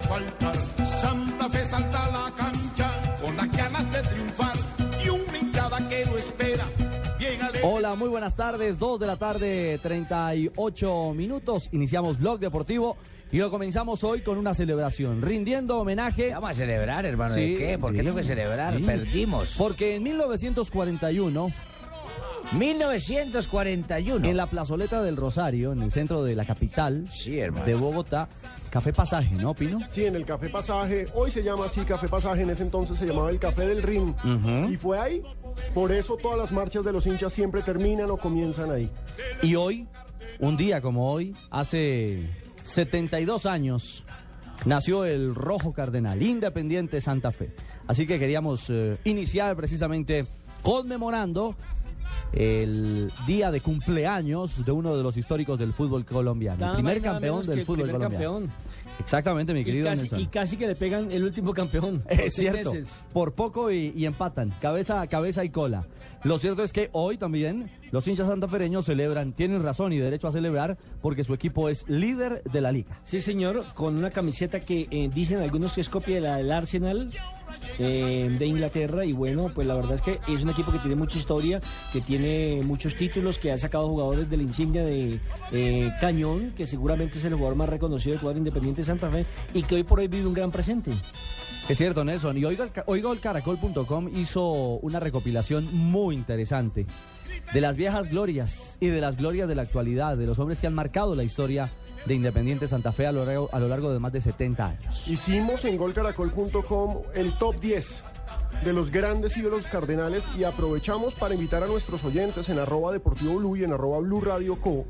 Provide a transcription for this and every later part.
faltar. Santa Fe salta a la cancha con las ganas de triunfar y una hinchada que lo espera. Llega de Hola, muy buenas tardes. 2 de la tarde, 38 minutos. Iniciamos Blog Deportivo y lo comenzamos hoy con una celebración, rindiendo homenaje. Vamos a celebrar, hermano. Sí, ¿De qué? ¿Por qué sí, tengo que celebrar? sí. Perdimos. Porque en 1941, 1941. en la plazoleta del Rosario, en el centro de la capital Sí, hermano. de Bogotá, Café Pasaje, ¿no, Pino? Sí, en el Café Pasaje, hoy se llama así Café Pasaje, en ese entonces se llamaba el Café del Rin. Y fue ahí, por eso todas las marchas de los hinchas siempre terminan o comienzan ahí. Y hoy, un día como hoy, hace 72 años, nació el Rojo Cardenal, Independiente Santa Fe. Así que queríamos eh, iniciar precisamente conmemorando el día de cumpleaños de uno de los históricos del fútbol colombiano, Nada el primer más, nada campeón menos del que el fútbol primer colombiano. Exactamente, mi Y querido casi, Nelson. y casi que le pegan el último campeón. por Es seis cierto, veces. por poco y, y empatan, cabeza a cabeza y cola. Lo cierto es que hoy también los hinchas santafereños celebran, tienen razón y derecho a celebrar porque su equipo es líder de la liga. Sí, señor, con una camiseta que eh, dicen algunos que es copia de la del Arsenal eh, de Inglaterra. Y bueno, pues la verdad es que es un equipo que tiene mucha historia, que tiene muchos títulos, que ha sacado jugadores de la insignia de eh, Cañón, que seguramente es el jugador más reconocido del cuadro independiente de Santa Fe, y que hoy por hoy vive un gran presente. Es cierto, Nelson. Y oiga, oigaolcaracol.com hizo una recopilación muy interesante de las viejas glorias y de las glorias de la actualidad, de los hombres que han marcado la historia de Independiente Santa Fe a lo, largo- a lo largo de más de 70 años. Hicimos en golcaracol.com el top 10 de los grandes ídolos cardenales y aprovechamos para invitar a nuestros oyentes en arroba deportivo blue y en arroba blue radio co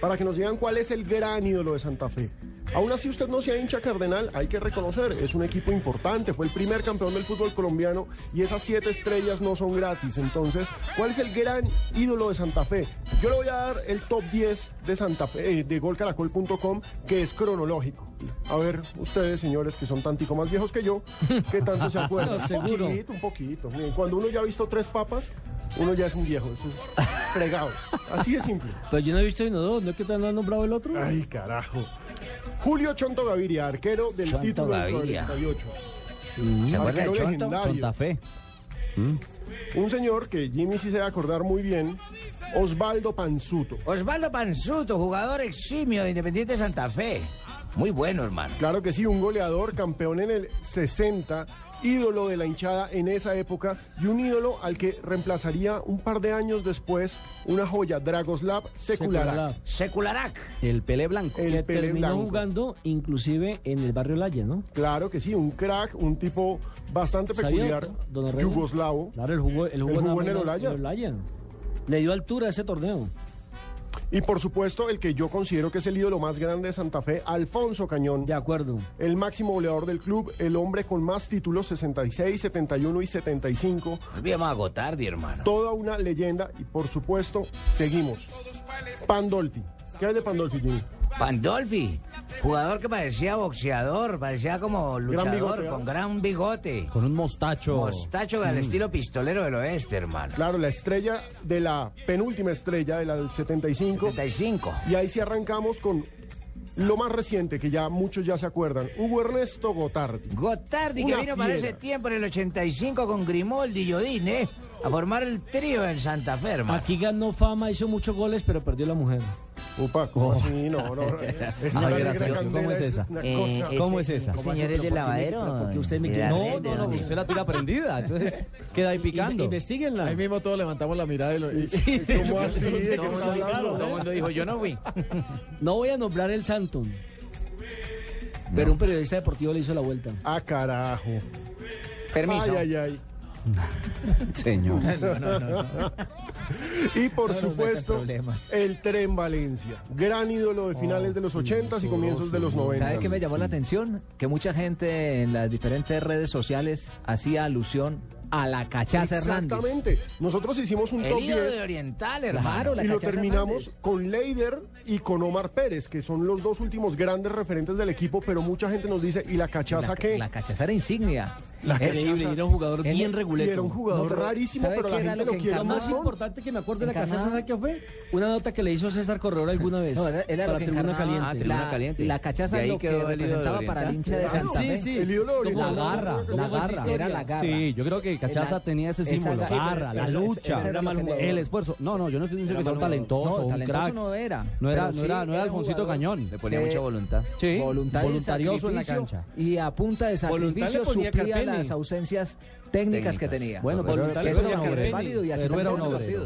para que nos digan cuál es el gran ídolo de Santa Fe. Aún así usted no sea hincha cardenal, hay que reconocer, es un equipo importante, fue el primer campeón del fútbol colombiano y esas siete estrellas no son gratis. Entonces, ¿cuál es el gran ídolo de Santa Fe? Yo le voy a dar el top 10 de Santa Fe, eh, de golcaracol.com, que es cronológico. A ver, ustedes, señores, que son tantico más viejos que yo, ¿qué tanto se acuerdan? No, seguro. Un poquito, un poquito. Miren, cuando uno ya ha visto tres papas, uno ya es un viejo. Eso es fregado. Así de simple. Pero yo no he visto uno dos, ¿no es que todavía no han nombrado el otro? Ay, carajo. Julio Chonto Gaviria, arquero del Chonto título del Gaviria. 48. ¿Se acuerda de Arquero Chonto? legendario. Santa Fe. Un señor que Jimmy sí se va a acordar muy bien, Osvaldo Panzuto. Osvaldo Panzuto, jugador eximio de Independiente Santa Fe. Muy bueno, hermano. Claro que sí, un goleador, campeón en el 60, ídolo de la hinchada en esa época y un ídolo al que reemplazaría un par de años después una joya, Dragoslav Seculara. Secular. Secularac. El Pelé Blanco. El que Pelé terminó Blanco. jugando inclusive en el barrio Laya, ¿no? Claro que sí, un crack, un tipo bastante ¿Sabía, peculiar, don Herrera? yugoslavo. Claro, el jugó, el jugó, Él nada jugó en más el Olaya. Le dio altura a ese torneo. Y por supuesto, el que yo considero que es el ídolo más grande de Santa Fe, Alfonso Cañón. De acuerdo. El máximo goleador del club, el hombre con más títulos, 66, 71 y 75. Volvíamos a Gotardi, hermano. Toda una leyenda y por supuesto, seguimos. Pandolfi. ¿Qué hay de Pandolfi, Jimmy? Pandolfi, jugador que parecía boxeador, parecía como luchador, bigote, ¿ah? ¿verdad? con gran bigote. Con un mostacho. Mm. Mostacho al estilo pistolero del oeste, hermano. Claro, la estrella de la penúltima estrella, de la del 75. 75. Y ahí sí arrancamos con lo más reciente, que ya muchos ya se acuerdan, Hugo Ernesto Gotardi. Gotardi, que Una vino para fiera. ese tiempo en el 85 con Grimoldi y Yodín, ¿eh? A formar el trío en Santa Fe, hermano. Aquí ganó fama, hizo muchos goles, pero perdió la mujer. Upa, ¿cómo así? No, no. Es Ay, una gracias, negra Dios, ¿cómo candela, es esa? una Eh, cosa. ¿Cómo es esa? ¿Cómo señor es del lavadero? eh, Porque usted me De quiere- la No, red, de no, no, dónde? usted la tira prendida, entonces queda ahí picando. Investíguenla. Ahí mismo todos levantamos la mirada y lo... ¿Cómo así? ¿De qué No, está no, hablando? claro, Todo el mundo dijo, yo no fui. No voy a nombrar el santo. Pero un periodista deportivo le hizo la vuelta. Ah, carajo. Permiso. Ay, ay, ay. Señor. Y por No nos supuesto, metas problemas. el Tren Valencia, gran ídolo de finales de los 80s y comienzos de los 90. ¿Sabe qué me llamó la atención? Que mucha gente en las diferentes redes sociales hacía alusión a la cachaza Hernández. Exactamente. Nosotros hicimos un top Herido 10 de Oriental, Claro, hermano. la y lo Cachaza terminamos Hernández. con Leider y con Omar Pérez, que son los dos últimos grandes referentes del equipo, pero mucha gente nos dice, ¿y la cachaza La, qué? la cachaza era insignia. La Eh, cachaza. Increíble, era un jugador Él- bien Y era un reguleto. jugador No, pero rarísimo, ¿sabe pero qué la era gente lo lo que quiere Lo más encarnaba? mucho. importante que me acuerdo de la Encarnado. casa, ¿sabe qué fue? Una nota que le hizo César Corredor alguna vez No, era, era para lo que Tribuna encarnaba- Caliente. ah, La- la, la cachaza De ahí lo que quedó el ídolo representaba de para el hincha de Claro. Santa Ah, Sí, Fe. sí. El ídolo de La La Oriental. garra, la ¿Cómo fue esa garra. historia? Era la garra. Sí, yo creo que Cachaza La- tenía ese esa símbolo, la garra- garra, la ese- ese- lucha, ese era lo que le- el esfuerzo. No, no, yo no estoy Era diciendo que sea un mal talentoso, No, un talentoso crack. no era, No era, pero no sí era, no era era Alfoncito jugador. Cañón. Le ponía Eh, mucha voluntad. Sí, Voluntad y voluntarioso en la sacrificio, cancha. Y a punta de Voluntad sacrificio le ponía suplía Carpeni. las ausencias técnicas, que Técnicas. tenía. Bueno, pero, Voluntad pero le eso ponía era un obrero Carpeni. válido y así Pero era fueron un los obrero. partidos.